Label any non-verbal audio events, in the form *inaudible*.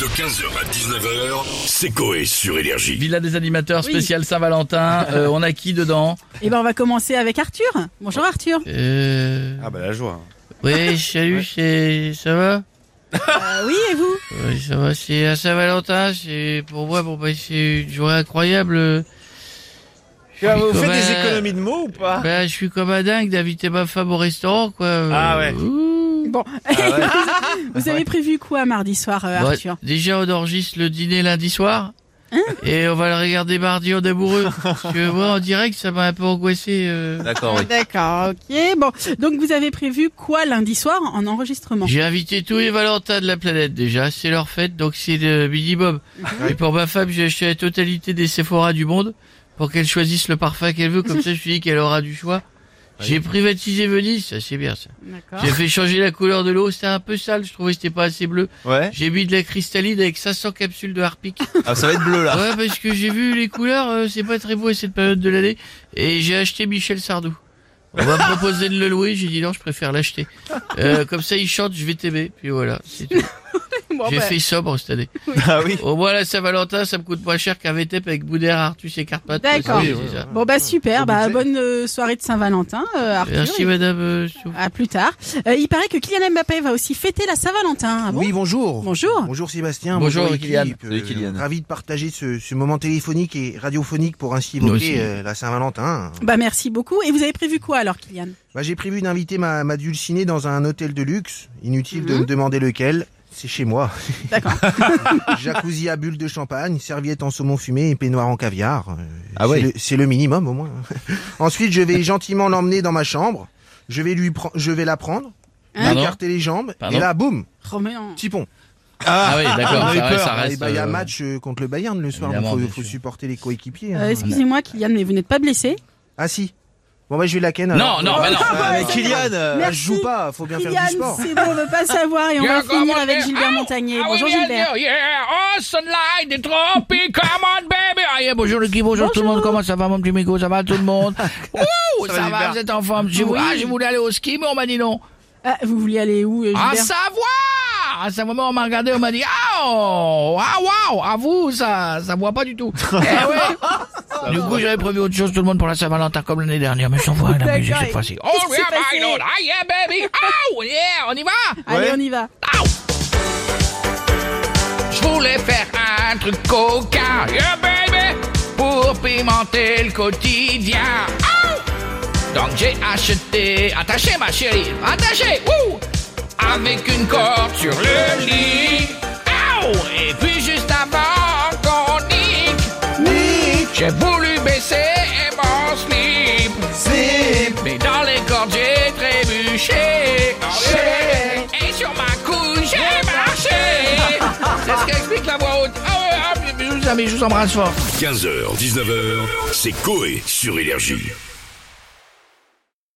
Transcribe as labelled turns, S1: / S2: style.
S1: De 15h à 19h, c'est Coé sur Énergie.
S2: Villa des animateurs
S3: Oui.
S2: spécial Saint-Valentin. Euh, on a qui dedans
S3: Et ben on va commencer avec Arthur. Bonjour Arthur.
S2: euh...
S4: Ah bah la joie. *laughs*
S2: Oui, salut, c'est ça va
S3: Euh, oui et vous
S2: Oui, ça va. C'est à Saint-Valentin. C'est pour moi, bon bah, c'est une journée incroyable.
S4: Ah, vous
S2: Bah,
S4: faites des économies de mots ou pas
S2: Bah, je suis comme un dingue d'inviter ma femme au restaurant, quoi. Euh,
S4: Ah ouais. Ah,
S2: ouh.
S3: Bon, vous avez prévu quoi mardi soir euh,
S2: Bon,
S3: Arthur
S2: déjà, on enregistre le dîner lundi soir. et on va le regarder mardi en amoureux. Parce que moi, en direct, ça m'a un peu angoissé. euh.
S4: D'accord,
S3: Ah, D'accord, ok. Bon, donc vous avez prévu quoi lundi soir en enregistrement
S2: J'ai invité tous les Valentins de la planète déjà, c'est leur fête, donc c'est le minimum. Et pour ma femme, j'ai acheté la totalité des Sephora du monde pour qu'elle choisisse le parfum qu'elle veut, comme ça je lui dis qu'elle aura du choix. J'ai privatisé Venise, ça c'est bien ça.
S3: D'accord.
S2: J'ai fait changer la couleur de l'eau, c'était un peu sale, je trouvais que c'était pas assez bleu.
S4: Ouais.
S2: J'ai mis de la cristalline avec 500 capsules de harpic.
S4: Ah, ça va être bleu là.
S2: Ouais, parce que j'ai vu les couleurs, euh, c'est pas très beau à cette période de l'année. Et j'ai acheté Michel Sardou. On m'a proposé de le louer, j'ai dit non, je préfère l'acheter. Euh, comme ça, il chante, je vais t'aimer. Puis voilà, c'est tout.
S3: Bon,
S2: J'ai
S3: bah,
S2: fait sobre cette année.
S4: Ah oui.
S2: Au moins, la Saint-Valentin, ça me coûte moins cher qu'un VTEP avec Boudère, Artus et Carpath.
S3: D'accord.
S2: Oui, c'est ça.
S3: Bon bah super,
S4: Au
S3: bah
S4: budget.
S3: bonne euh, soirée de Saint-Valentin euh, Arthur.
S2: Merci,
S3: Et-
S2: madame. euh, Sou-
S3: À plus tard. Euh, il paraît que Kylian Mbappé va aussi fêter la Saint-Valentin. Ah bon
S5: oui, bonjour.
S3: Bonjour.
S5: Bonjour Sébastien.
S2: Bonjour, Kylian.
S5: équipe.
S4: Salut, Kylian.
S5: Ravi de partager ce, ce moment téléphonique et radiophonique pour ainsi
S2: Nous aussi.
S5: évoquer euh, la Saint-Valentin.
S3: Bah merci beaucoup. Et vous avez prévu quoi alors Kylian
S5: Bah, J'ai prévu d'inviter ma, ma dulcinée dans un hôtel de luxe. Inutile
S3: Mhm.
S5: de me demander lequel. C'est
S3: *laughs*
S5: chez moi.
S3: D'accord.
S2: *laughs*
S5: Jacuzzi à bulles de champagne, serviette en saumon fumé et peignoir en caviar. Euh,
S4: Ah
S5: c'est
S4: ouais.
S5: le- C'est le minimum au moins. *laughs* Ensuite, je vais gentiment l'emmener dans ma chambre. Je vais lui prendre, je vais la prendre,
S3: Hein
S5: lui
S2: Pardon
S5: écarter les jambes
S2: Pardon
S5: et là, boum,
S3: Roméo.
S5: petit pont.
S2: Ah oui, d'accord,
S4: on a eu
S2: ça, reste-
S4: peur.
S2: ça
S5: Ah,
S2: reste.
S5: eh ben, Il y a
S2: euh,
S5: match euh, contre le Bayern le soir, donc
S2: Évidemment,
S5: faut,
S2: bien
S5: faut
S2: sûr.
S5: supporter les coéquipiers. hein.
S3: Euh, Excusez-moi Kylian, mais vous n'êtes pas blessé
S5: Ah si. Bon bah je vais la ken. alors.
S2: Non, non, bah non.
S4: Ah, mais Kylian, euh,
S5: Ah,
S3: Merci.
S5: je joue pas, faut bien faire du
S3: Kylian,
S5: sport.
S3: c'est bon, on veut pas savoir et on va finir avec Gilbert
S2: Ah
S3: Montagnier. Bonjour Gilbert.
S2: Oh, sunlight, the tropics, come on, baby. Ah, yeah, bonjour l'équipe, bonjour, tout le monde. Comment ça va, mon petit Miko Ça va, tout le
S3: *laughs*
S2: monde Ouh, ça,
S4: Ça va,
S2: va,
S4: Gilbert
S2: vous êtes en forme. Je, vou-
S3: Oui.
S2: ah, je voulais aller au ski, mais on m'a dit non.
S3: Ah, vous voulez aller où, euh,
S2: À
S3: Gilbert
S2: Savoie À Savoie, on m'a regardé, on m'a dit Ah, oh, ah waouh À vous, ça ça voit pas du
S3: *laughs*
S2: tout. Eh ouais. Du coup, j'avais prévu autre chose, tout le monde, pour la Saint-Valentin, comme l'année dernière, mais sans voix, elle a bougé
S3: D'accord,
S2: cette
S3: et
S2: fois-ci. Oh,
S3: qu'est-ce qui s'est
S2: yeah,
S3: passé
S2: my lord Ah, yeah, baby Oh, yeah On y va
S3: Allez,
S4: Ouais.
S3: on y va.
S2: Je voulais faire un truc coca, yeah baby, pour pimenter le quotidien. Aou Donc j'ai acheté, attaché ma chérie, attaché, ouh, avec une corde sur le lit. Aou Et puis juste avant qu'on nique, j'ai voulu baisser mon slip. Mais dans les cordes j'ai trébuché Et sur ma couche j'ai marché C'est ce qu'explique la voix haute Ah ouais, ah, bisous, amis, je vous embrasse fort
S1: 15h, 19h, c'est Coé sur Énergie.